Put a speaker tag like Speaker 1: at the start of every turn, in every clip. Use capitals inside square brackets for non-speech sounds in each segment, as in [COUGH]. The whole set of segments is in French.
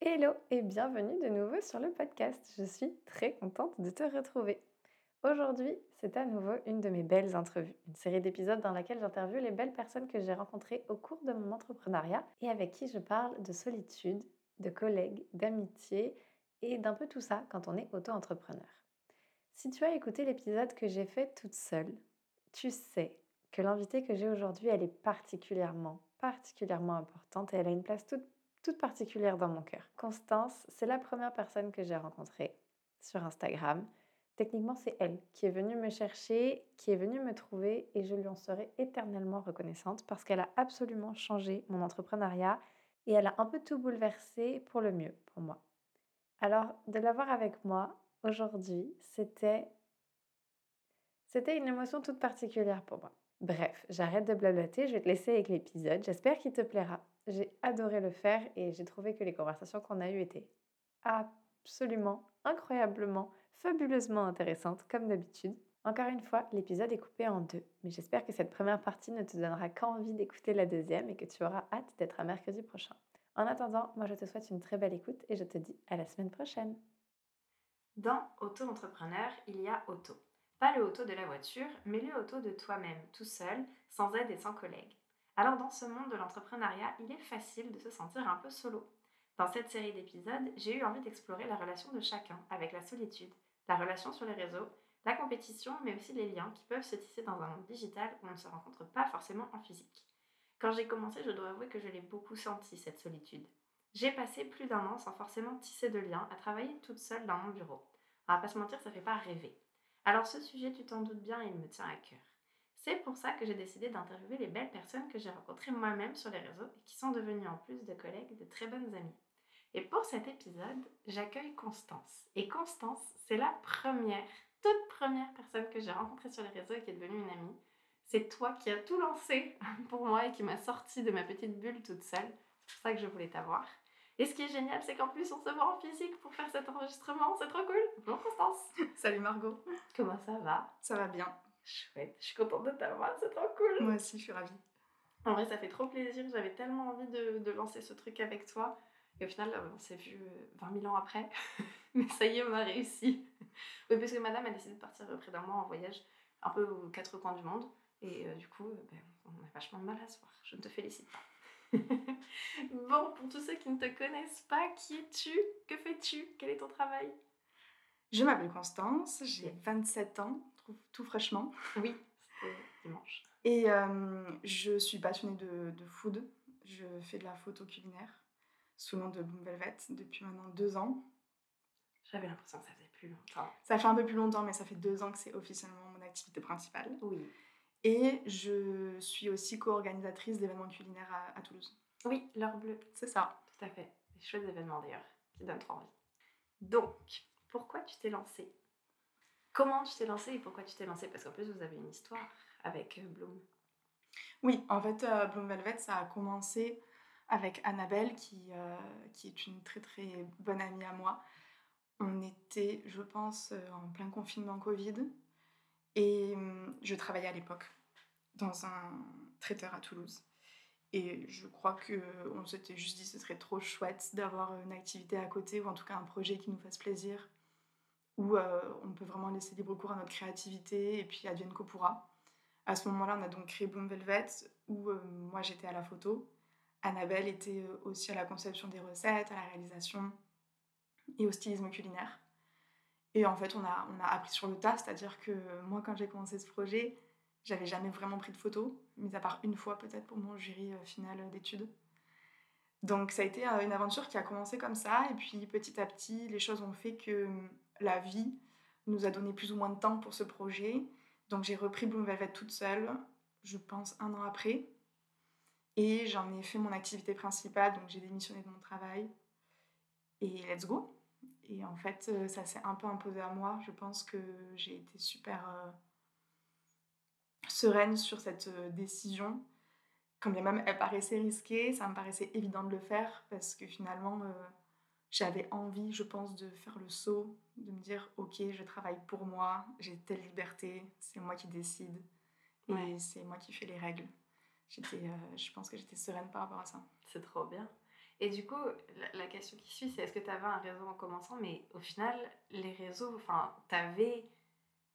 Speaker 1: Hello et bienvenue de nouveau sur le podcast. Je suis très contente de te retrouver. Aujourd'hui, c'est à nouveau une de mes belles interviews, une série d'épisodes dans laquelle j'interviewe les belles personnes que j'ai rencontrées au cours de mon entrepreneuriat et avec qui je parle de solitude, de collègues, d'amitié et d'un peu tout ça quand on est auto-entrepreneur. Si tu as écouté l'épisode que j'ai fait toute seule, tu sais que l'invitée que j'ai aujourd'hui, elle est particulièrement, particulièrement importante et elle a une place toute, toute particulière dans mon cœur. Constance, c'est la première personne que j'ai rencontrée sur Instagram. Techniquement, c'est elle qui est venue me chercher, qui est venue me trouver et je lui en serai éternellement reconnaissante parce qu'elle a absolument changé mon entrepreneuriat et elle a un peu tout bouleversé pour le mieux pour moi. Alors, de l'avoir avec moi aujourd'hui, c'était c'était une émotion toute particulière pour moi. Bref, j'arrête de blablater, je vais te laisser avec l'épisode. J'espère qu'il te plaira. J'ai adoré le faire et j'ai trouvé que les conversations qu'on a eues étaient absolument, incroyablement, fabuleusement intéressantes, comme d'habitude. Encore une fois, l'épisode est coupé en deux, mais j'espère que cette première partie ne te donnera qu'envie d'écouter la deuxième et que tu auras hâte d'être à mercredi prochain. En attendant, moi je te souhaite une très belle écoute et je te dis à la semaine prochaine.
Speaker 2: Dans Auto-entrepreneur, il y a auto. Pas le auto de la voiture, mais le auto de toi-même, tout seul, sans aide et sans collègue. Alors dans ce monde de l'entrepreneuriat, il est facile de se sentir un peu solo. Dans cette série d'épisodes, j'ai eu envie d'explorer la relation de chacun avec la solitude, la relation sur les réseaux, la compétition, mais aussi les liens qui peuvent se tisser dans un monde digital où on ne se rencontre pas forcément en physique. Quand j'ai commencé, je dois avouer que je l'ai beaucoup senti, cette solitude. J'ai passé plus d'un an sans forcément tisser de liens à travailler toute seule dans mon bureau. On va pas se mentir, ça fait pas rêver. Alors ce sujet, tu t'en doutes bien, il me tient à cœur. C'est pour ça que j'ai décidé d'interviewer les belles personnes que j'ai rencontrées moi-même sur les réseaux et qui sont devenues en plus de collègues de très bonnes amies. Et pour cet épisode, j'accueille Constance. Et Constance, c'est la première, toute première personne que j'ai rencontrée sur les réseaux et qui est devenue une amie. C'est toi qui as tout lancé [LAUGHS] pour moi et qui m'a sortie de ma petite bulle toute seule. C'est pour ça que je voulais t'avoir. Et ce qui est génial, c'est qu'en plus, on se voit en physique pour faire cet enregistrement. C'est trop cool. Bonjour Constance.
Speaker 3: Salut Margot,
Speaker 2: Comment ça va
Speaker 3: ça va bien
Speaker 2: Chouette, je suis contente de t'avoir, c'est trop cool.
Speaker 3: Moi aussi, je suis ravie.
Speaker 2: En vrai, ça fait trop plaisir. J'avais tellement envie de, de lancer ce truc avec toi. Et au final, euh, on s'est vu euh, 20 000 ans après. [LAUGHS] Mais ça y est, on a réussi. Oui, parce que madame a décidé de partir euh, près d'un mois en voyage, un peu aux quatre coins du monde. Et euh, du coup, euh, ben, on a vachement de mal à se voir. Je ne te félicite pas. [LAUGHS] bon, pour tous ceux qui ne te connaissent pas, qui es-tu Que fais-tu Quel est ton travail
Speaker 3: Je m'appelle Constance, j'ai 27 ans, tout- tout fraîchement.
Speaker 2: Oui, c'était dimanche.
Speaker 3: Et euh, je suis passionnée de, de food. Je fais de la photo culinaire sous le nom de Bloom Velvet depuis maintenant deux ans.
Speaker 2: J'avais l'impression que ça faisait plus longtemps.
Speaker 3: Ça fait un peu plus longtemps, mais ça fait deux ans que c'est officiellement mon activité principale.
Speaker 2: Oui.
Speaker 3: Et je suis aussi co-organisatrice d'événements culinaires à, à Toulouse.
Speaker 2: Oui, l'heure bleue.
Speaker 3: C'est ça.
Speaker 2: Tout à fait. Des chouettes événements d'ailleurs, qui donnent trop envie. Donc, pourquoi tu t'es lancée Comment tu t'es lancée et pourquoi tu t'es lancée Parce qu'en plus, vous avez une histoire avec euh, Bloom.
Speaker 3: Oui, en fait, euh, Bloom Velvet, ça a commencé avec Annabelle, qui, euh, qui est une très très bonne amie à moi. On était, je pense, euh, en plein confinement Covid, et hum, je travaillais à l'époque dans un traiteur à Toulouse. Et je crois que on s'était juste dit ce serait trop chouette d'avoir une activité à côté, ou en tout cas un projet qui nous fasse plaisir, où euh, on peut vraiment laisser libre cours à notre créativité, et puis advienne que pourra. À ce moment-là, on a donc créé Bloom Velvet, où euh, moi j'étais à la photo. Annabelle était euh, aussi à la conception des recettes, à la réalisation et au stylisme culinaire. Et en fait, on a, on a appris sur le tas, c'est-à-dire que euh, moi, quand j'ai commencé ce projet, j'avais jamais vraiment pris de photos, mis à part une fois peut-être pour mon jury euh, final d'études. Donc ça a été euh, une aventure qui a commencé comme ça, et puis petit à petit, les choses ont fait que hum, la vie nous a donné plus ou moins de temps pour ce projet, donc j'ai repris Bloom Velvet toute seule, je pense un an après. Et j'en ai fait mon activité principale, donc j'ai démissionné de mon travail. Et let's go. Et en fait, euh, ça s'est un peu imposé à moi. Je pense que j'ai été super euh, sereine sur cette euh, décision. Quand bien même elle paraissait risquée, ça me paraissait évident de le faire parce que finalement, euh, j'avais envie, je pense, de faire le saut, de me dire ok, je travaille pour moi, j'ai telle liberté, c'est moi qui décide et
Speaker 2: Ouais.
Speaker 3: c'est moi qui fais les règles. J'étais, euh, je pense que j'étais sereine par rapport à ça.
Speaker 2: C'est trop bien. Et du coup, la, la question qui suit, c'est est-ce que tu avais un réseau en commençant Mais au final, les réseaux, enfin, t'avais.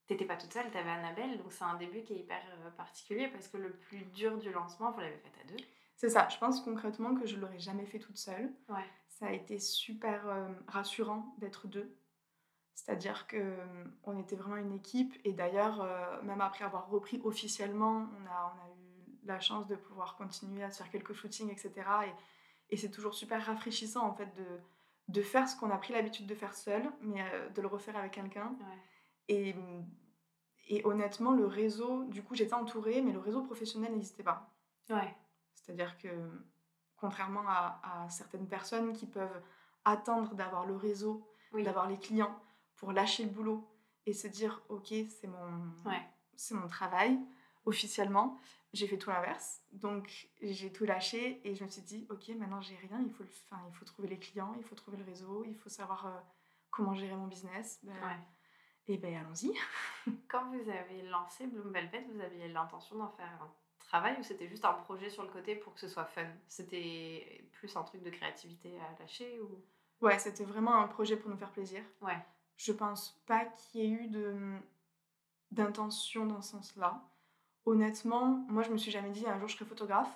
Speaker 2: T'étais pas toute seule, t'avais Annabelle, donc c'est un début qui est hyper euh, particulier parce que le plus dur du lancement, vous l'avez fait à deux.
Speaker 3: C'est ça, je pense concrètement que je l'aurais jamais fait toute seule.
Speaker 2: Ouais.
Speaker 3: Ça a été super euh, rassurant d'être deux. C'est-à-dire que euh, on était vraiment une équipe et d'ailleurs euh, même après avoir repris officiellement, on a, on a eu la chance de pouvoir continuer à se faire quelques shootings, etc. Et, et c'est toujours super rafraîchissant en fait de, de faire ce qu'on a pris l'habitude de faire seul, mais euh, de le refaire avec quelqu'un.
Speaker 2: Ouais.
Speaker 3: Et, et honnêtement, le réseau, du coup j'étais entourée, mais le réseau professionnel n'existait pas.
Speaker 2: Ouais.
Speaker 3: C'est-à-dire que, contrairement à, à certaines personnes qui peuvent attendre d'avoir le réseau,
Speaker 2: Oui.
Speaker 3: d'avoir les clients pour lâcher le boulot et se dire Ok, c'est mon,
Speaker 2: Ouais.
Speaker 3: c'est mon travail officiellement, j'ai fait tout l'inverse. Donc, j'ai tout lâché et je me suis dit Ok, maintenant j'ai rien, il faut, le, enfin, il faut trouver les clients, il faut trouver le réseau, il faut savoir euh, comment gérer mon business. Ben,
Speaker 2: Ouais.
Speaker 3: Et ben allons-y.
Speaker 2: Quand vous avez lancé Bloom Velvet, vous aviez l'intention d'en faire un travail ou c'était juste un projet sur le côté pour que ce soit fun C'était plus un truc de créativité à lâcher ou
Speaker 3: Ouais, c'était vraiment un projet pour nous faire plaisir.
Speaker 2: Ouais.
Speaker 3: Je pense pas qu'il y ait eu de d'intention dans ce sens-là. Honnêtement, moi je me suis jamais dit un jour je serai photographe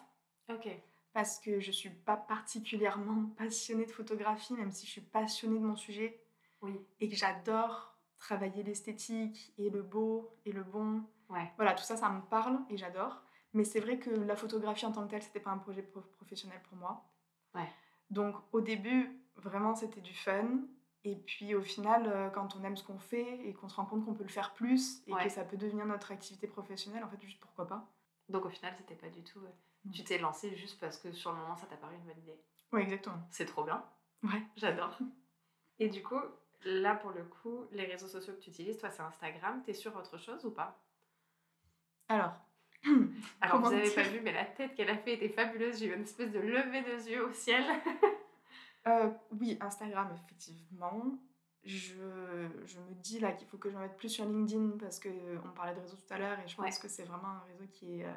Speaker 2: Ok.
Speaker 3: parce que je suis pas particulièrement passionnée de photographie même si je suis passionnée de mon sujet
Speaker 2: Oui.
Speaker 3: et que j'adore travailler l'esthétique et le beau et le bon.
Speaker 2: Ouais.
Speaker 3: Voilà, tout ça ça me parle et j'adore, mais c'est vrai que la photographie en tant que telle, c'était pas un projet pro- professionnel pour moi.
Speaker 2: Ouais.
Speaker 3: Donc au début, vraiment c'était du fun. Et puis au final, euh, quand on aime ce qu'on fait et qu'on se rend compte qu'on peut le faire plus et
Speaker 2: Ouais.
Speaker 3: que ça peut devenir notre activité professionnelle, en fait, juste pourquoi pas.
Speaker 2: Donc au final, c'était pas du tout. euh,
Speaker 3: Non.
Speaker 2: Tu t'es lancé juste parce que sur le moment, ça t'a paru une bonne idée.
Speaker 3: Oui, exactement.
Speaker 2: C'est trop bien.
Speaker 3: Ouais.
Speaker 2: J'adore. Et du coup, là pour le coup, les réseaux sociaux que tu utilises, toi c'est Instagram, t'es sur autre chose ou pas
Speaker 3: Alors, [CLEARS THROAT]
Speaker 2: Alors vous
Speaker 3: Comment
Speaker 2: avez
Speaker 3: dire
Speaker 2: pas vu, mais la tête qu'elle a fait était fabuleuse. J'ai eu une espèce de levée de yeux au ciel.
Speaker 3: Euh, oui, Instagram, effectivement. Je, je me dis là qu'il faut que je me mette plus sur LinkedIn parce qu'on parlait de réseau tout à l'heure et je pense
Speaker 2: Ouais.
Speaker 3: que c'est vraiment un réseau qui est euh,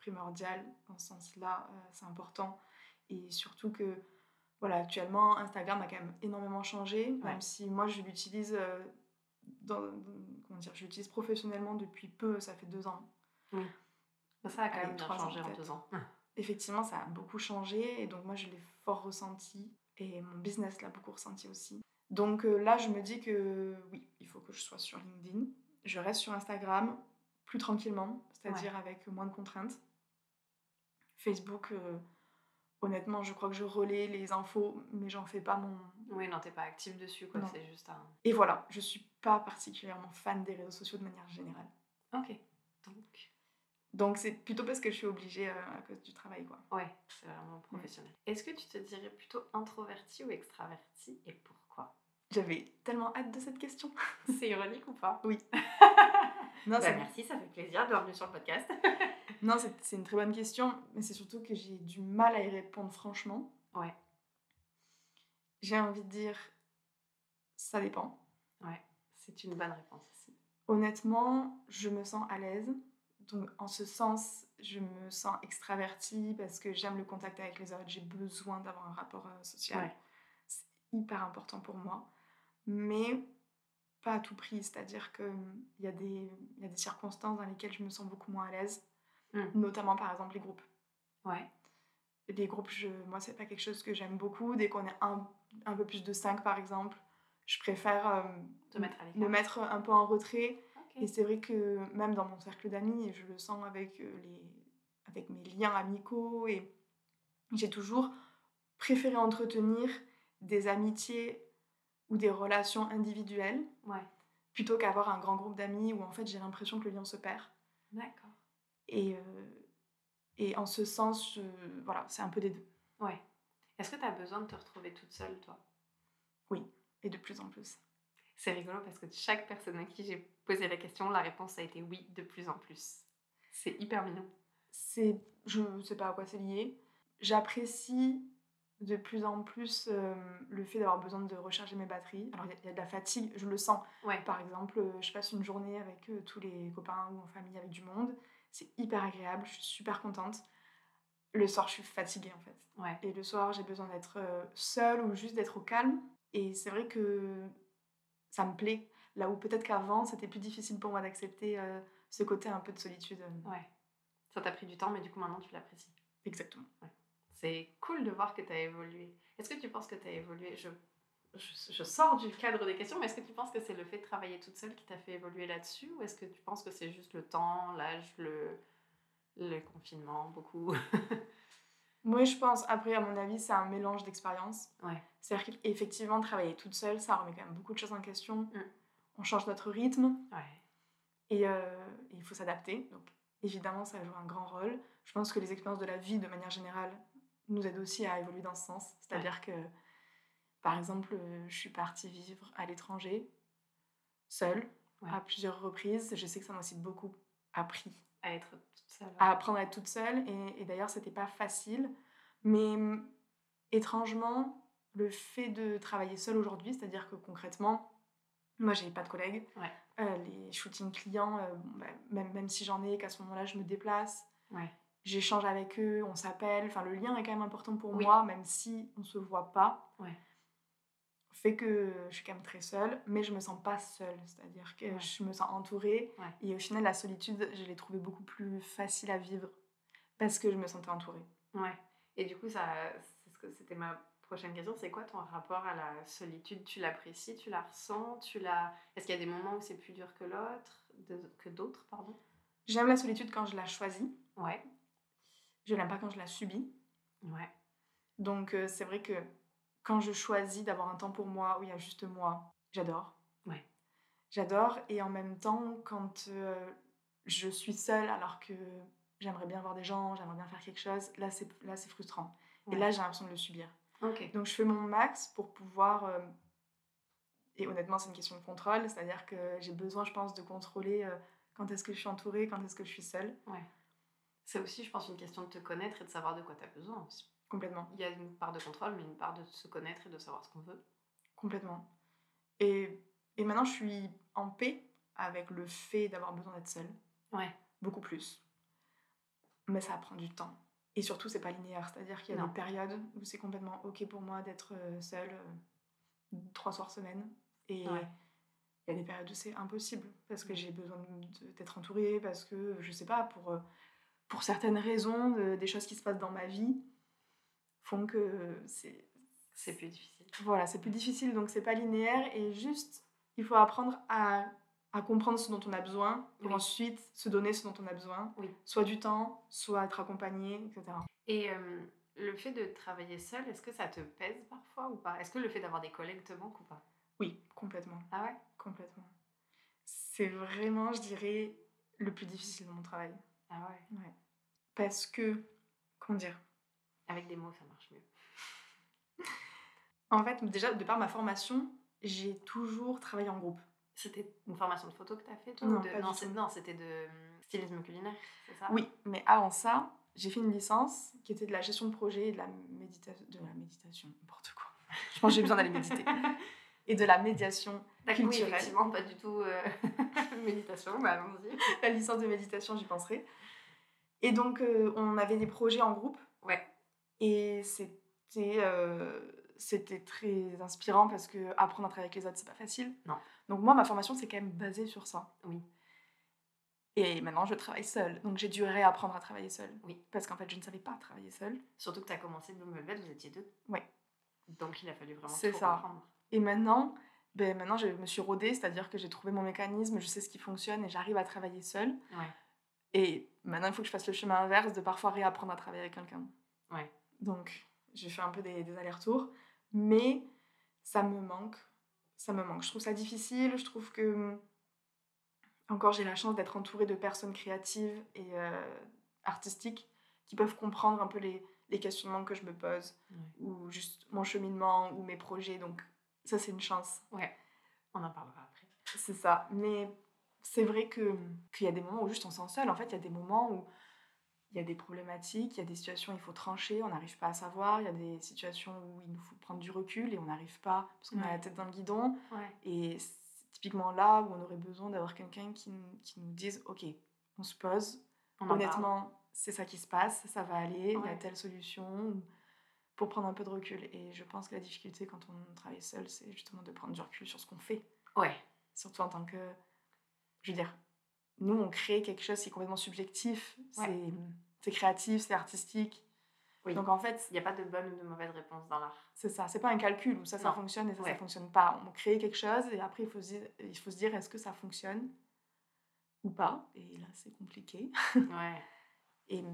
Speaker 3: primordial dans ce sens-là, euh, c'est important. Et surtout que, voilà, actuellement, Instagram a quand même énormément changé, même
Speaker 2: Ouais.
Speaker 3: si moi je l'utilise euh, dans, comment dire, je l'utilise professionnellement depuis peu, ça fait deux ans.
Speaker 2: Ça a quand
Speaker 3: Allez,
Speaker 2: même bien
Speaker 3: trois ans,
Speaker 2: changé en
Speaker 3: peut-être.
Speaker 2: deux ans.
Speaker 3: Effectivement, ça a beaucoup changé et donc moi je l'ai fort ressenti et mon business l'a beaucoup ressenti aussi. Donc euh, là, je me dis que oui, il faut que je sois sur LinkedIn. Je reste sur Instagram plus tranquillement, c'est-à-dire avec moins de contraintes. Facebook, euh, honnêtement, je crois que je relais les infos, mais j'en fais pas mon.
Speaker 2: Oui, non, t'es pas active dessus, quoi.
Speaker 3: Non.
Speaker 2: C'est juste un.
Speaker 3: Et voilà, je suis pas particulièrement fan des réseaux sociaux de manière générale.
Speaker 2: Ok. Donc,
Speaker 3: Donc c'est plutôt parce que je suis obligée euh, à cause du travail, quoi.
Speaker 2: ouais, c'est vraiment professionnel. Est-ce que tu te dirais plutôt introverti ou extraverti et pourquoi
Speaker 3: J'avais tellement hâte de cette question.
Speaker 2: [LAUGHS] C'est ironique ou pas [LAUGHS]
Speaker 3: Oui. Non,
Speaker 2: Bah,
Speaker 3: c'est-
Speaker 2: merci, ça fait plaisir. Bienvenue sur le podcast.
Speaker 3: Non, c'est- c'est une très bonne question, mais c'est surtout que j'ai du mal à y répondre franchement.
Speaker 2: Ouais.
Speaker 3: J'ai envie de dire, ça dépend.
Speaker 2: C'est une bonne réponse aussi.
Speaker 3: Honnêtement, je me sens à l'aise. Donc, en ce sens, je me sens extravertie parce que j'aime le contact avec les autres. J'ai besoin d'avoir un rapport euh, social.
Speaker 2: Ouais.
Speaker 3: C'est hyper important pour moi. Mais pas à tout prix. C'est-à-dire qu'il y, a des- il y a des circonstances dans lesquelles je me sens beaucoup moins à l'aise.
Speaker 2: Mm.
Speaker 3: Notamment, par exemple, les groupes.
Speaker 2: Ouais.
Speaker 3: les groupes, je, moi, c'est pas quelque chose que j'aime beaucoup. Dès qu'on est un, un peu plus de 5, par exemple, je préfère euh,
Speaker 2: Te mettre à
Speaker 3: me
Speaker 2: l'écart.
Speaker 3: mettre un peu en retrait.
Speaker 2: Ok.
Speaker 3: Et c'est vrai que même dans mon cercle d'amis, je le sens avec, euh, les, avec mes liens amicaux. Et j'ai toujours préféré entretenir des amitiés ou des relations individuelles
Speaker 2: Ouais.
Speaker 3: plutôt qu'avoir un grand groupe d'amis où en fait j'ai l'impression que le lien se perd.
Speaker 2: D'accord.
Speaker 3: Et, euh, et en ce sens, je- voilà, c'est un peu des deux.
Speaker 2: Ouais. Est-ce que t'as besoin de te retrouver toute seule, toi
Speaker 3: Et de plus en plus.
Speaker 2: C'est rigolo parce que chaque personne à qui j'ai posé la question, la réponse a été oui de plus en plus. C'est hyper mignon.
Speaker 3: c'est je ne sais pas à quoi c'est lié j'apprécie de plus en plus euh, le fait d'avoir besoin de recharger mes batteries alors il y a- il y, a de la fatigue je le sens
Speaker 2: Ouais.
Speaker 3: par exemple euh, je passe une journée avec euh, tous les copains ou en famille avec du monde c'est hyper agréable je suis super contente le soir, je suis fatiguée en fait.
Speaker 2: Ouais.
Speaker 3: Et le soir, j'ai besoin d'être euh, seule ou juste d'être au calme. Et c'est vrai que ça me plaît. Là où peut-être qu'avant, c'était plus difficile pour moi d'accepter euh, ce côté un peu de solitude. euh,
Speaker 2: Ouais. Ça t'a pris du temps, mais du coup, maintenant, tu l'apprécies.
Speaker 3: Exactement.
Speaker 2: C'est cool de voir que tu as évolué. Est-ce que tu penses que tu as évolué je, je, je sors du cadre des questions, mais est-ce que tu penses que c'est le fait de travailler toute seule qui t'a fait évoluer là-dessus Ou est-ce que tu penses que c'est juste le temps, l'âge, le, le confinement, beaucoup
Speaker 3: Moi, je pense, après, à mon avis, c'est un mélange d'expériences.
Speaker 2: Ouais.
Speaker 3: C'est-à-dire qu'effectivement, travailler toute seule, ça remet quand même beaucoup de choses en question.
Speaker 2: Mm.
Speaker 3: On change notre rythme
Speaker 2: Ouais.
Speaker 3: et euh, il faut s'adapter. Donc, évidemment, ça joue un grand rôle. Je pense que les expériences de la vie, de manière générale, nous aident aussi à évoluer dans ce sens. C'est-à-dire que, par exemple, euh, je suis partie vivre à l'étranger, seule,
Speaker 2: Ouais.
Speaker 3: à plusieurs reprises. Je sais que ça m'a aussi beaucoup appris
Speaker 2: À être toute seule.
Speaker 3: à apprendre à être toute seule. Et, et d'ailleurs, c'était pas facile. Mais hum, étrangement, le fait de travailler seule aujourd'hui, c'est-à-dire que concrètement, moi, j'ai pas de collègues.
Speaker 2: Ouais.
Speaker 3: Euh, les shootings clients, euh, bon, bah, même, même si j'en ai, qu'à ce moment-là, je me déplace.
Speaker 2: Ouais.
Speaker 3: J'échange avec eux, on s'appelle. Enfin, le lien est quand même important pour
Speaker 2: Oui.
Speaker 3: moi, même si on se voit pas.
Speaker 2: Ouais.
Speaker 3: Fait que je suis quand même très seule, mais je me sens pas seule. C'est-à-dire que
Speaker 2: Ouais.
Speaker 3: je me sens entourée. Et au final, la solitude, je l'ai trouvée beaucoup plus facile à vivre parce que je me sentais entourée.
Speaker 2: Ouais. Et du coup, ça, c'est ce que- c'était ma prochaine question. C'est quoi ton rapport à la solitude Tu l'apprécies Tu la ressens Tu la Est-ce qu'il y a des moments où c'est plus dur que l'autre, de- que d'autres, pardon
Speaker 3: J'aime la solitude quand je la choisis,
Speaker 2: Ouais.
Speaker 3: je l'aime pas quand je la subis.
Speaker 2: Ouais.
Speaker 3: Donc euh, c'est vrai que quand je choisis d'avoir un temps pour moi où il y a juste moi, j'adore.
Speaker 2: Ouais.
Speaker 3: J'adore et en même temps, quand euh, je suis seule alors que j'aimerais bien voir des gens, j'aimerais bien faire quelque chose, là c'est là, c'est frustrant.
Speaker 2: Ouais.
Speaker 3: Et là j'ai l'impression de le subir.
Speaker 2: Ok.
Speaker 3: Donc je fais mon max pour pouvoir. euh, et honnêtement, c'est une question de contrôle, c'est-à-dire que j'ai besoin, je pense, de contrôler euh, quand est-ce que je suis entourée, quand est-ce que je suis seule,
Speaker 2: C'est aussi, je pense, une question de te connaître et de savoir de quoi tu as besoin aussi.
Speaker 3: complètement,
Speaker 2: Il y a une part de contrôle, mais une part de se connaître et de savoir ce qu'on veut.
Speaker 3: complètement. Et, et maintenant, je suis en paix avec le fait d'avoir besoin d'être seule,
Speaker 2: Ouais.
Speaker 3: beaucoup plus. Mais ça prend du temps. Et surtout, c'est pas linéaire, c'est-à-dire qu'il y a
Speaker 2: Non.
Speaker 3: des périodes où c'est complètement ok pour moi d'être euh, seule euh, trois soirs semaine. Et
Speaker 2: Ouais. Mm.
Speaker 3: Il y a des périodes où c'est impossible parce que j'ai besoin de- de- d'être entourée, parce que je sais pas, pour, euh, pour certaines raisons, de- des choses qui se passent dans ma vie font que euh, c'est
Speaker 2: C'est plus difficile.
Speaker 3: voilà, c'est plus difficile donc c'est pas linéaire et juste il faut apprendre à, à comprendre ce dont on a besoin pour
Speaker 2: Oui.
Speaker 3: ensuite se donner ce dont on a besoin,
Speaker 2: Oui.
Speaker 3: soit du temps, soit être accompagné, etc.
Speaker 2: Et euh, le fait de travailler seul, est-ce que ça te pèse parfois ou pas Est-ce que le fait d'avoir des collègues te manque ou pas
Speaker 3: Oui, complètement,
Speaker 2: Ah ouais
Speaker 3: complètement. C'est vraiment, je dirais, le plus difficile de mon travail
Speaker 2: Ah ouais.
Speaker 3: parce que comment dire
Speaker 2: Avec des mots, ça marche mieux.
Speaker 3: En fait, déjà, de par ma formation, j'ai toujours travaillé en groupe.
Speaker 2: C'était une formation de photo que tu as fait, toi
Speaker 3: Non,
Speaker 2: ou de-
Speaker 3: pas du
Speaker 2: non,
Speaker 3: tout.
Speaker 2: c'est- non, c'était de hum, stylisme culinaire, c'est ça [LAUGHS]
Speaker 3: Oui, mais avant ça, j'ai fait une licence qui était de la gestion de projet et de la, médita- de la méditation, n'importe quoi. Je pense que j'ai besoin d'aller
Speaker 2: [LAUGHS]
Speaker 3: méditer. Et de la médiation.
Speaker 2: D'accord, oui,
Speaker 3: Culturel.
Speaker 2: effectivement, pas du tout euh, [LAUGHS] méditation, mais allons-y.
Speaker 3: La licence de méditation, j'y penserai. Et donc, euh, on avait des projets en groupe.
Speaker 2: Ouais.
Speaker 3: Et c'était, euh, c'était très inspirant parce que apprendre à travailler avec les autres, c'est pas facile.
Speaker 2: Non.
Speaker 3: Donc moi, ma formation, c'est quand même basée sur ça.
Speaker 2: Oui.
Speaker 3: Et maintenant, je travaille seule. Donc j'ai dû réapprendre à travailler seule.
Speaker 2: Oui.
Speaker 3: Parce qu'en fait, je ne savais pas travailler seule.
Speaker 2: Surtout que tu as commencé Bloom Velvet, vous étiez deux.
Speaker 3: Ouais.
Speaker 2: Donc il a fallu vraiment
Speaker 3: C'est
Speaker 2: tout
Speaker 3: ça.
Speaker 2: reprendre.
Speaker 3: Et maintenant, ben maintenant, je me suis rodée, c'est-à-dire que j'ai trouvé mon mécanisme, je sais ce qui fonctionne et j'arrive à travailler seule.
Speaker 2: Ouais.
Speaker 3: Et maintenant, il faut que je fasse le chemin inverse de parfois réapprendre à travailler avec quelqu'un.
Speaker 2: Ouais.
Speaker 3: Donc, j'ai fait un peu des, des allers-retours, mais ça me manque. Ça me manque. Je trouve ça difficile. Je trouve que hum, encore j'ai la chance d'être entourée de personnes créatives et euh, artistiques qui peuvent comprendre un peu les, les questionnements que je me pose
Speaker 2: Ouais.
Speaker 3: ou juste mon cheminement ou mes projets. Donc ça c'est une chance.
Speaker 2: On en parlera après.
Speaker 3: C'est ça. Mais c'est vrai que qu'il y a des moments où juste on se sent seul. En fait, il y a des moments où il y a des problématiques, il y a des situations où il faut trancher, on n'arrive pas à savoir, il y a des situations où il nous faut prendre du recul et on n'arrive pas parce qu'on a
Speaker 2: Ouais.
Speaker 3: la tête dans le guidon.
Speaker 2: Ouais.
Speaker 3: Et c'est typiquement là où on aurait besoin d'avoir quelqu'un qui, nous- qui nous dise, ok, on se pose,
Speaker 2: On en parle.
Speaker 3: honnêtement, c'est ça qui se passe, ça va aller, il y a
Speaker 2: Ouais.
Speaker 3: telle solution, pour prendre un peu de recul. Et je pense que la difficulté quand on travaille seul, c'est justement de prendre du recul sur ce qu'on fait.
Speaker 2: Ouais.
Speaker 3: Surtout en tant que. Je veux dire, nous, on crée quelque chose qui est complètement subjectif,
Speaker 2: Ouais.
Speaker 3: c'est- c'est créatif, c'est artistique.
Speaker 2: Oui.
Speaker 3: Donc en fait,
Speaker 2: Il n'y a pas de bonne ou de mauvaise réponse
Speaker 3: [LAUGHS]
Speaker 2: dans l'art.
Speaker 3: c'est ça, c'est pas un calcul où ça, ça
Speaker 2: Non.
Speaker 3: fonctionne et ça,
Speaker 2: Ouais.
Speaker 3: ça fonctionne pas. On crée quelque chose et après, il faut se dire, il faut se dire est-ce que ça fonctionne ou pas Et là, c'est compliqué.
Speaker 2: ouais.
Speaker 3: Et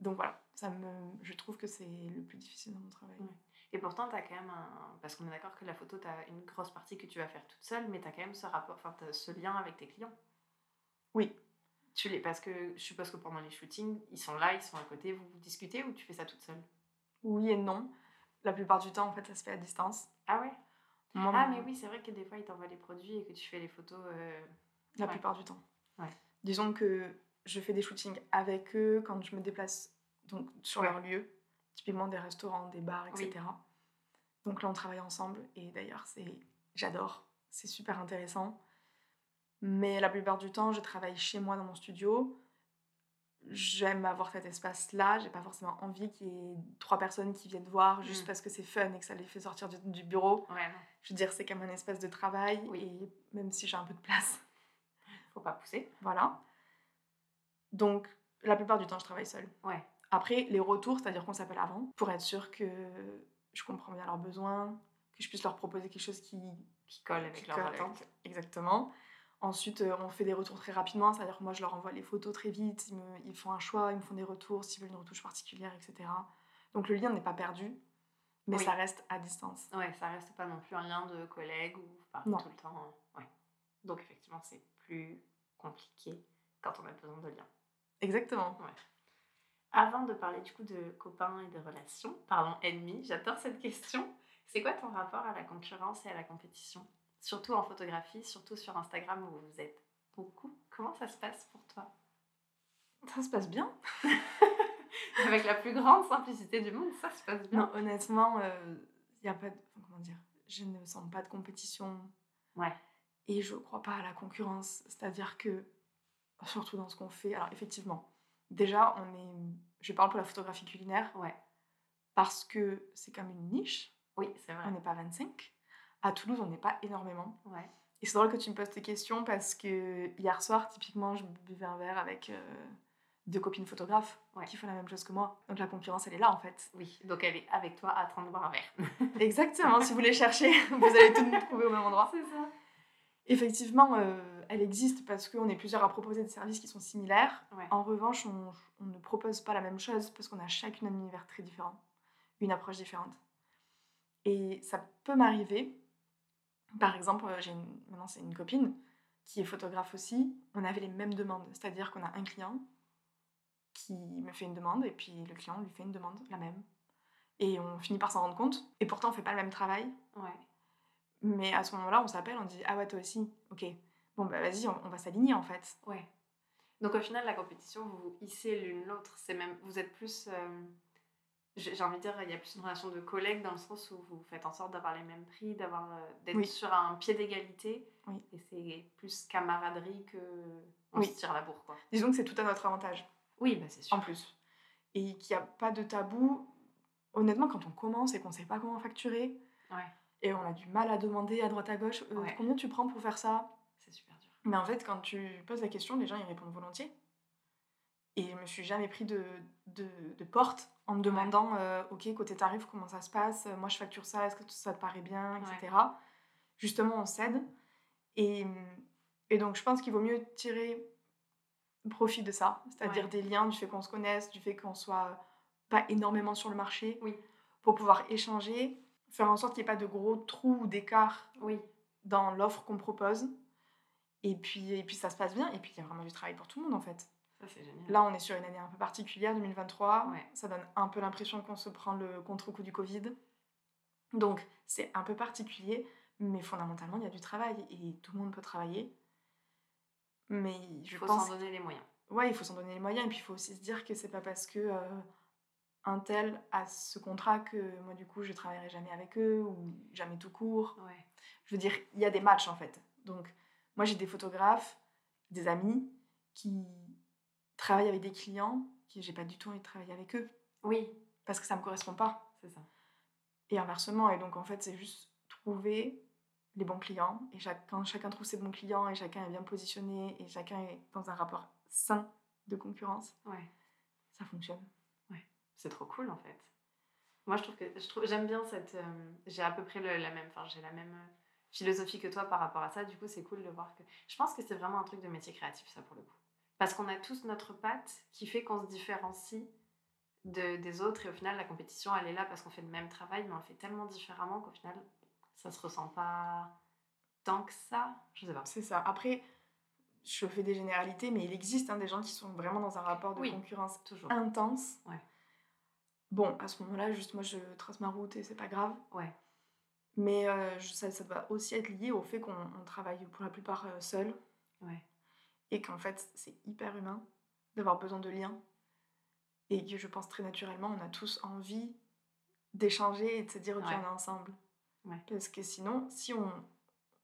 Speaker 3: donc voilà, ça me, je trouve que c'est le plus difficile dans mon travail.
Speaker 2: Ouais. Et pourtant, tu as quand même un. Parce qu'on est d'accord que la photo, tu as une grosse partie que tu vas faire toute seule, mais tu as quand même ce rapport, enfin, t'as ce lien avec tes clients.
Speaker 3: Oui.
Speaker 2: Tu les... Parce que je suppose que pendant les shootings, ils sont là, ils sont à côté, vous, vous discutez ou tu fais ça toute seule
Speaker 3: Oui et non. La plupart du temps, en fait, ça se fait à distance.
Speaker 2: Ah ouais
Speaker 3: Moi,
Speaker 2: Ah,
Speaker 3: mon-
Speaker 2: mais oui, c'est vrai que des fois, ils t'envoient les produits et que tu fais les photos. euh,
Speaker 3: La
Speaker 2: Ouais.
Speaker 3: plupart du temps.
Speaker 2: Ouais.
Speaker 3: Disons que je fais des shootings avec eux quand je me déplace donc sur
Speaker 2: Ouais.
Speaker 3: leur lieu, typiquement des restaurants, des bars,
Speaker 2: Oui.
Speaker 3: etc. Donc là, on travaille ensemble et d'ailleurs, c'est j'adore, c'est super intéressant. Mais la plupart du temps, je travaille chez moi dans mon studio. J'aime avoir cet espace-là. J'ai pas forcément envie qu'il y ait trois personnes qui viennent voir juste
Speaker 2: Mm.
Speaker 3: parce que c'est fun et que ça les fait sortir du, du bureau.
Speaker 2: Ouais, non,
Speaker 3: Je veux dire, c'est comme un espace de travail
Speaker 2: Oui.
Speaker 3: et même si j'ai un peu de place,
Speaker 2: faut pas pousser.
Speaker 3: voilà. Donc, la plupart du temps, je travaille seule.
Speaker 2: Ouais.
Speaker 3: Après, les retours, c'est-à-dire qu'on s'appelle avant pour être sûr que je comprends bien leurs besoins, que je puisse leur proposer quelque chose qui,
Speaker 2: Qui colle avec
Speaker 3: qui
Speaker 2: leurs
Speaker 3: colle
Speaker 2: attentes.
Speaker 3: avec- Exactement. Ensuite, euh, on fait des retours très rapidement, c'est-à-dire que moi, je leur envoie les photos très vite, ils, me- ils font un choix, ils me font des retours, s'ils veulent une retouche particulière, etc. Donc, le lien n'est pas perdu, mais
Speaker 2: Oui.
Speaker 3: ça reste à distance.
Speaker 2: Ouais, ça reste pas non plus un lien de collègue où vous parlez
Speaker 3: Non.
Speaker 2: tout le temps. euh, Ouais. Donc, effectivement, c'est plus compliqué quand on a besoin de liens.
Speaker 3: Exactement.
Speaker 2: Avant de parler du coup de copains et de relations, pardon, ennemis, j'adore cette question. C'est quoi ton rapport à la concurrence et à la compétition Surtout en photographie, surtout sur Instagram où vous êtes beaucoup. Comment ça se passe pour toi
Speaker 3: Ça se passe bien
Speaker 2: Avec la plus grande simplicité du monde, ça se passe bien.
Speaker 3: Non, honnêtement, euh, il n'y a pas de... enfin, comment dire Je ne sens pas de compétition.
Speaker 2: Ouais.
Speaker 3: Et je crois pas à la concurrence. C'est-à-dire que, surtout dans ce qu'on fait... Alors, effectivement, déjà, on est... Je parle pour la photographie culinaire
Speaker 2: Ouais,
Speaker 3: parce que c'est comme une niche.
Speaker 2: oui, c'est
Speaker 3: On
Speaker 2: vrai.
Speaker 3: n'est pas 25. À Toulouse, on n'est pas énormément.
Speaker 2: Ouais.
Speaker 3: Et c'est drôle que tu me poses tes questions parce que hier soir, typiquement, je buvais un verre avec euh, deux copines photographes
Speaker 2: Ouais.
Speaker 3: qui font la même chose que moi. Donc la concurrence, elle est là, en fait.
Speaker 2: Oui, donc elle est avec toi à train de boire un verre.
Speaker 3: Exactement, si vous les cherchez, [LAUGHS] vous allez tout nous trouver au même endroit.
Speaker 2: c'est ça.
Speaker 3: Effectivement, euh, elle existe parce qu'on est plusieurs à proposer des services qui sont similaires.
Speaker 2: Ouais.
Speaker 3: En revanche, on, on ne propose pas la même chose parce qu'on a chacune un univers très différent, une approche différente. Et ça peut m'arriver. Par exemple, euh, j'ai une- maintenant c'est une copine qui est photographe aussi. On avait les mêmes demandes, c'est-à-dire qu'on a un client qui me fait une demande et puis le client lui fait une demande la même. Et on finit par s'en rendre compte. Et pourtant, on fait pas le même travail.
Speaker 2: Ouais.
Speaker 3: Mais à ce moment-là, on s'appelle, on dit Ah ouais, toi aussi, ok. Bon, bah vas-y, on, on va s'aligner en fait.
Speaker 2: Ouais. Donc au final, la compétition, vous vous hissez l'une l'autre. C'est même, vous êtes plus, euh, j'ai j'ai envie de dire, il y a plus une relation de collègue dans le sens où vous faites en sorte d'avoir les mêmes prix, d'avoir euh, d'être
Speaker 3: Oui.
Speaker 2: sur un pied d'égalité.
Speaker 3: Oui.
Speaker 2: Et c'est plus camaraderie que on
Speaker 3: Oui.
Speaker 2: se tire la bourre, quoi.
Speaker 3: Disons que c'est tout à notre avantage,
Speaker 2: Oui, bah c'est sûr.
Speaker 3: en plus. Et qu'il n'y a pas de tabou. Honnêtement, quand on commence et qu'on ne sait pas comment facturer,
Speaker 2: Ouais.
Speaker 3: et on a du mal à demander à droite à gauche Euh,
Speaker 2: Ouais.
Speaker 3: Combien tu prends pour faire ça
Speaker 2: C'est super dur.
Speaker 3: Mais en fait, quand tu poses la question, les gens y répondent volontiers. Et je me suis jamais pris de, de, de porte en me demandant euh, Ok, côté tarif, comment ça se passe Euh, Moi, je facture ça, est-ce que ça te paraît bien etc. Justement, on cède. Et, et donc, je pense qu'il vaut mieux tirer profit de ça, c'est-à-dire
Speaker 2: Ouais.
Speaker 3: des liens, du fait qu'on se connaisse, du fait qu'on soit pas énormément sur le marché,
Speaker 2: Oui.
Speaker 3: pour pouvoir échanger, faire en sorte qu'il n'y ait pas de gros trous ou d'écarts
Speaker 2: Oui.
Speaker 3: dans l'offre qu'on propose. Et puis, et puis ça se passe bien. Et puis il y a vraiment du travail pour tout le monde en fait.
Speaker 2: Ça c'est génial.
Speaker 3: Là, on est sur une année un peu particulière, 2023.
Speaker 2: Mm. Ouais.
Speaker 3: Ça donne un peu l'impression qu'on se prend le contre-coup du Covid. Donc c'est un peu particulier, mais fondamentalement, il y a du travail et tout le monde peut travailler. Mais je
Speaker 2: Il faut
Speaker 3: pense
Speaker 2: s'en donner les moyens.
Speaker 3: ouais, il faut s'en donner les moyens. Et puis, il faut aussi se dire que c'est pas parce que euh, un tel a ce contrat que moi, du coup, je travaillerai jamais avec eux ou jamais tout court.
Speaker 2: Ouais.
Speaker 3: Je veux dire, il y a des matchs en fait. Donc, moi, j'ai des photographes, des amis qui travaillent avec des clients qui j'ai pas du tout envie de travailler avec eux
Speaker 2: Oui,
Speaker 3: parce que ça me correspond pas.
Speaker 2: c'est ça.
Speaker 3: Et inversement. Et donc, en fait, c'est juste trouver les bons clients. Et chaque- quand chacun trouve ses bons clients et chacun est bien positionné et chacun est dans un rapport sain de concurrence,
Speaker 2: Ouais.
Speaker 3: ça fonctionne.
Speaker 2: C'est trop cool en fait. Moi je trouve que je trouve j'aime bien cette euh, j'ai à peu près le- la même enfin j'ai la même euh, philosophie que toi par rapport à ça. Du coup, c'est cool de voir que je pense que c'est vraiment un truc de métier créatif ça pour le coup. Parce qu'on a tous notre patte qui fait qu'on se différencie de, des autres et au final la compétition elle est là parce qu'on fait le même travail mais on le fait tellement différemment qu'au final ça se ressent pas tant que ça, je sais pas.
Speaker 3: C'est ça. Après, je fais des généralités, mais il existe hein, des gens qui sont vraiment dans un rapport de
Speaker 2: Oui.
Speaker 3: concurrence
Speaker 2: Toujours.
Speaker 3: intense.
Speaker 2: Ouais.
Speaker 3: Bon, à ce moment-là, juste moi, je trace ma route et c'est pas grave.
Speaker 2: Ouais.
Speaker 3: Mais euh, je- ça, ça va aussi être lié au fait qu'on on travaille pour la plupart euh, seul.
Speaker 2: Ouais.
Speaker 3: Et qu'en fait, c'est hyper humain d'avoir besoin de liens. Et que je pense très naturellement, on a tous envie d'échanger et de se dire, ok,
Speaker 2: Ouais.
Speaker 3: on est ensemble.
Speaker 2: Ouais.
Speaker 3: Parce que sinon, si on,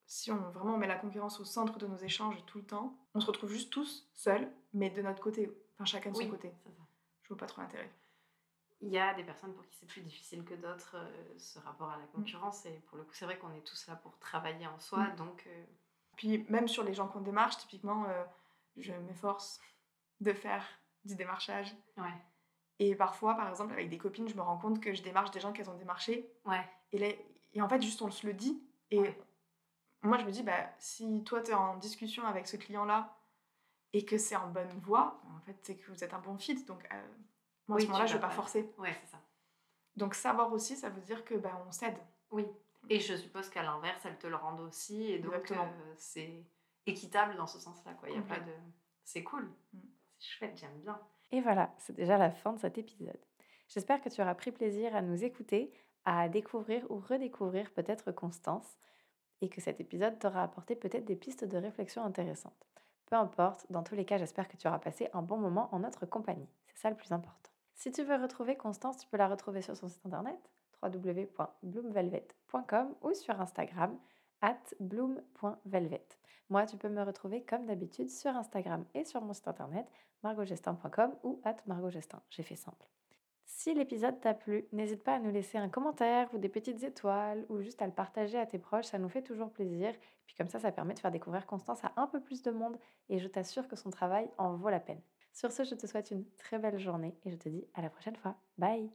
Speaker 3: si on vraiment met la concurrence au centre de nos échanges tout le temps, on se retrouve juste tous seuls, mais de notre côté. Enfin, chacun de
Speaker 2: Oui,
Speaker 3: son côté.
Speaker 2: c'est ça.
Speaker 3: Je vois pas trop l'intérêt.
Speaker 2: Il y a des personnes pour qui c'est plus difficile que d'autres euh, ce rapport à la concurrence et pour le coup c'est vrai qu'on est tous là pour travailler en soi
Speaker 3: Mm.
Speaker 2: donc euh,
Speaker 3: Puis même sur les gens qu'on démarche, typiquement, euh, je m'efforce de faire du démarchage.
Speaker 2: ouais
Speaker 3: Et parfois, par exemple, avec des copines, je me rends compte que je démarche des gens qu'elles ont démarché.
Speaker 2: ouais
Speaker 3: Et, là, et en fait, juste on se le dit. Et
Speaker 2: Ouais.
Speaker 3: moi, je me dis, bah, si toi, tu es en discussion avec ce client-là et que c'est en bonne voie, bah, en fait, c'est que vous êtes un bon fit. Donc, euh, moi, à
Speaker 2: Oui,
Speaker 3: ce moment-là,
Speaker 2: tu
Speaker 3: je ne vais
Speaker 2: vas
Speaker 3: pas
Speaker 2: pas-
Speaker 3: forcer.
Speaker 2: ouais c'est ça
Speaker 3: Donc, savoir aussi, ça veut dire que bah, on cède.
Speaker 2: oui et je suppose qu'à l'inverse elles te le rendent aussi et donc
Speaker 3: Exactement.
Speaker 2: euh, c'est équitable dans ce sens là quoi il y a pas de c'est cool
Speaker 3: Mm.
Speaker 2: c'est chouette j'aime bien
Speaker 1: Et voilà, c'est déjà la fin de cet épisode. J'espère que tu auras pris plaisir à nous écouter, à découvrir ou redécouvrir peut-être Constance, et que cet épisode t'aura apporté peut-être des pistes de réflexion intéressantes. Peu importe, dans tous les cas, j'espère que tu auras passé un bon moment en notre compagnie. C'est ça le plus important. Si tu veux retrouver Constance, tu peux la retrouver sur son site internet www.bloomvelvet.com ou sur Instagram at bloom.velvet. Moi, tu peux me retrouver comme d'habitude sur Instagram et sur mon site internet margogestin.com ou at margogestin. J'ai fait simple. Si l'épisode t'a plu, n'hésite pas à nous laisser un commentaire ou des petites étoiles ou juste à le partager à tes proches, ça nous fait toujours plaisir. Puis comme ça, ça permet de faire découvrir Constance à un peu plus de monde et je t'assure que son travail en vaut la peine. Sur ce, je te souhaite une très belle journée et je te dis à la prochaine fois. Bye